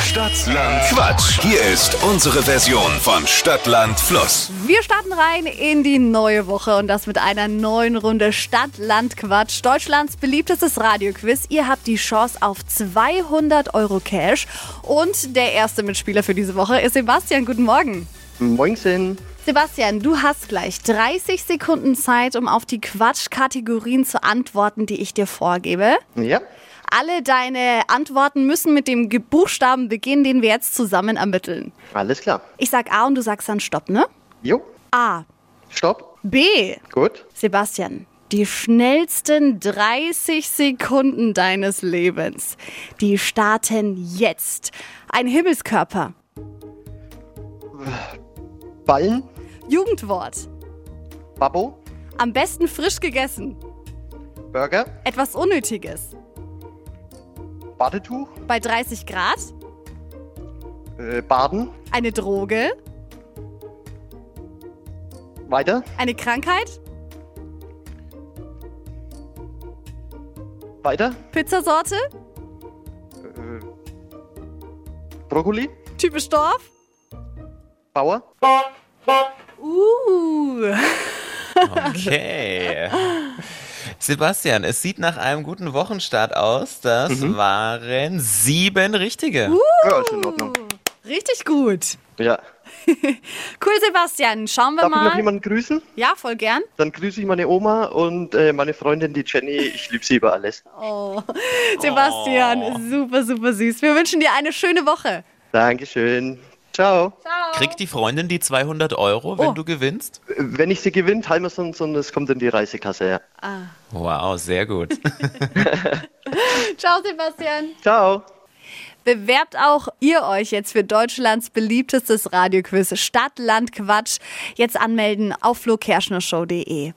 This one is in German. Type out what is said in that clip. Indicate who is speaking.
Speaker 1: Stadtland Quatsch. Hier ist unsere Version von Stadtland Fluss.
Speaker 2: Wir starten rein in die neue Woche und das mit einer neuen Runde Stadt-Land-Quatsch. Deutschlands beliebtestes Radioquiz. Ihr habt die Chance auf 200 Euro Cash. Und der erste Mitspieler für diese Woche ist Sebastian. Guten Morgen.
Speaker 3: Moinsen.
Speaker 2: Sebastian, du hast gleich 30 Sekunden Zeit, um auf die Quatschkategorien zu antworten, die ich dir vorgebe.
Speaker 3: Ja.
Speaker 2: Alle deine Antworten müssen mit dem Ge- Buchstaben beginnen, den wir jetzt zusammen ermitteln.
Speaker 3: Alles klar.
Speaker 2: Ich sag A und du sagst dann Stopp, ne?
Speaker 3: Jo.
Speaker 2: A.
Speaker 3: Stopp.
Speaker 2: B.
Speaker 3: Gut.
Speaker 2: Sebastian, die schnellsten 30 Sekunden deines Lebens, die starten jetzt. Ein Himmelskörper,
Speaker 3: Ballen.
Speaker 2: Jugendwort,
Speaker 3: Babbo.
Speaker 2: am besten frisch gegessen,
Speaker 3: Burger.
Speaker 2: etwas Unnötiges,
Speaker 3: Badetuch.
Speaker 2: bei 30 Grad,
Speaker 3: Äh, Baden.
Speaker 2: eine Droge,
Speaker 3: Weiter.
Speaker 2: eine Krankheit,
Speaker 3: Weiter.
Speaker 2: Pizzasorte,
Speaker 3: Äh, Brokkoli.
Speaker 2: typisch Dorf.
Speaker 3: Bauer.
Speaker 2: Uh,
Speaker 4: Okay. Sebastian, es sieht nach einem guten Wochenstart aus. Das waren sieben richtige.
Speaker 3: Ja, ist in Ordnung.
Speaker 2: richtig gut.
Speaker 3: Ja.
Speaker 2: Cool, Sebastian. Schauen wir
Speaker 3: Darf ich noch
Speaker 2: mal.
Speaker 3: jemanden grüßen?
Speaker 2: Ja, voll gern.
Speaker 3: Dann grüße ich meine Oma und äh, meine Freundin, die Jenny. Ich liebe sie über alles.
Speaker 2: Oh, Sebastian,
Speaker 3: Oh.
Speaker 2: super, super süß. Wir wünschen dir eine schöne Woche.
Speaker 3: Dankeschön. Ciao.
Speaker 4: Kriegt die Freundin die 200 Euro, wenn
Speaker 2: Oh.
Speaker 4: du gewinnst?
Speaker 3: Äh, Wenn ich sie gewinne, teilen wir es uns und es kommt in die Reisekasse. Ja.
Speaker 4: Wow, sehr gut.
Speaker 2: Ciao, Sebastian.
Speaker 3: Ciao.
Speaker 2: Bewerbt auch ihr euch jetzt für Deutschlands beliebtestes Radioquiz Stadt, Land, Quatsch. Jetzt anmelden auf flokerschnershow.de.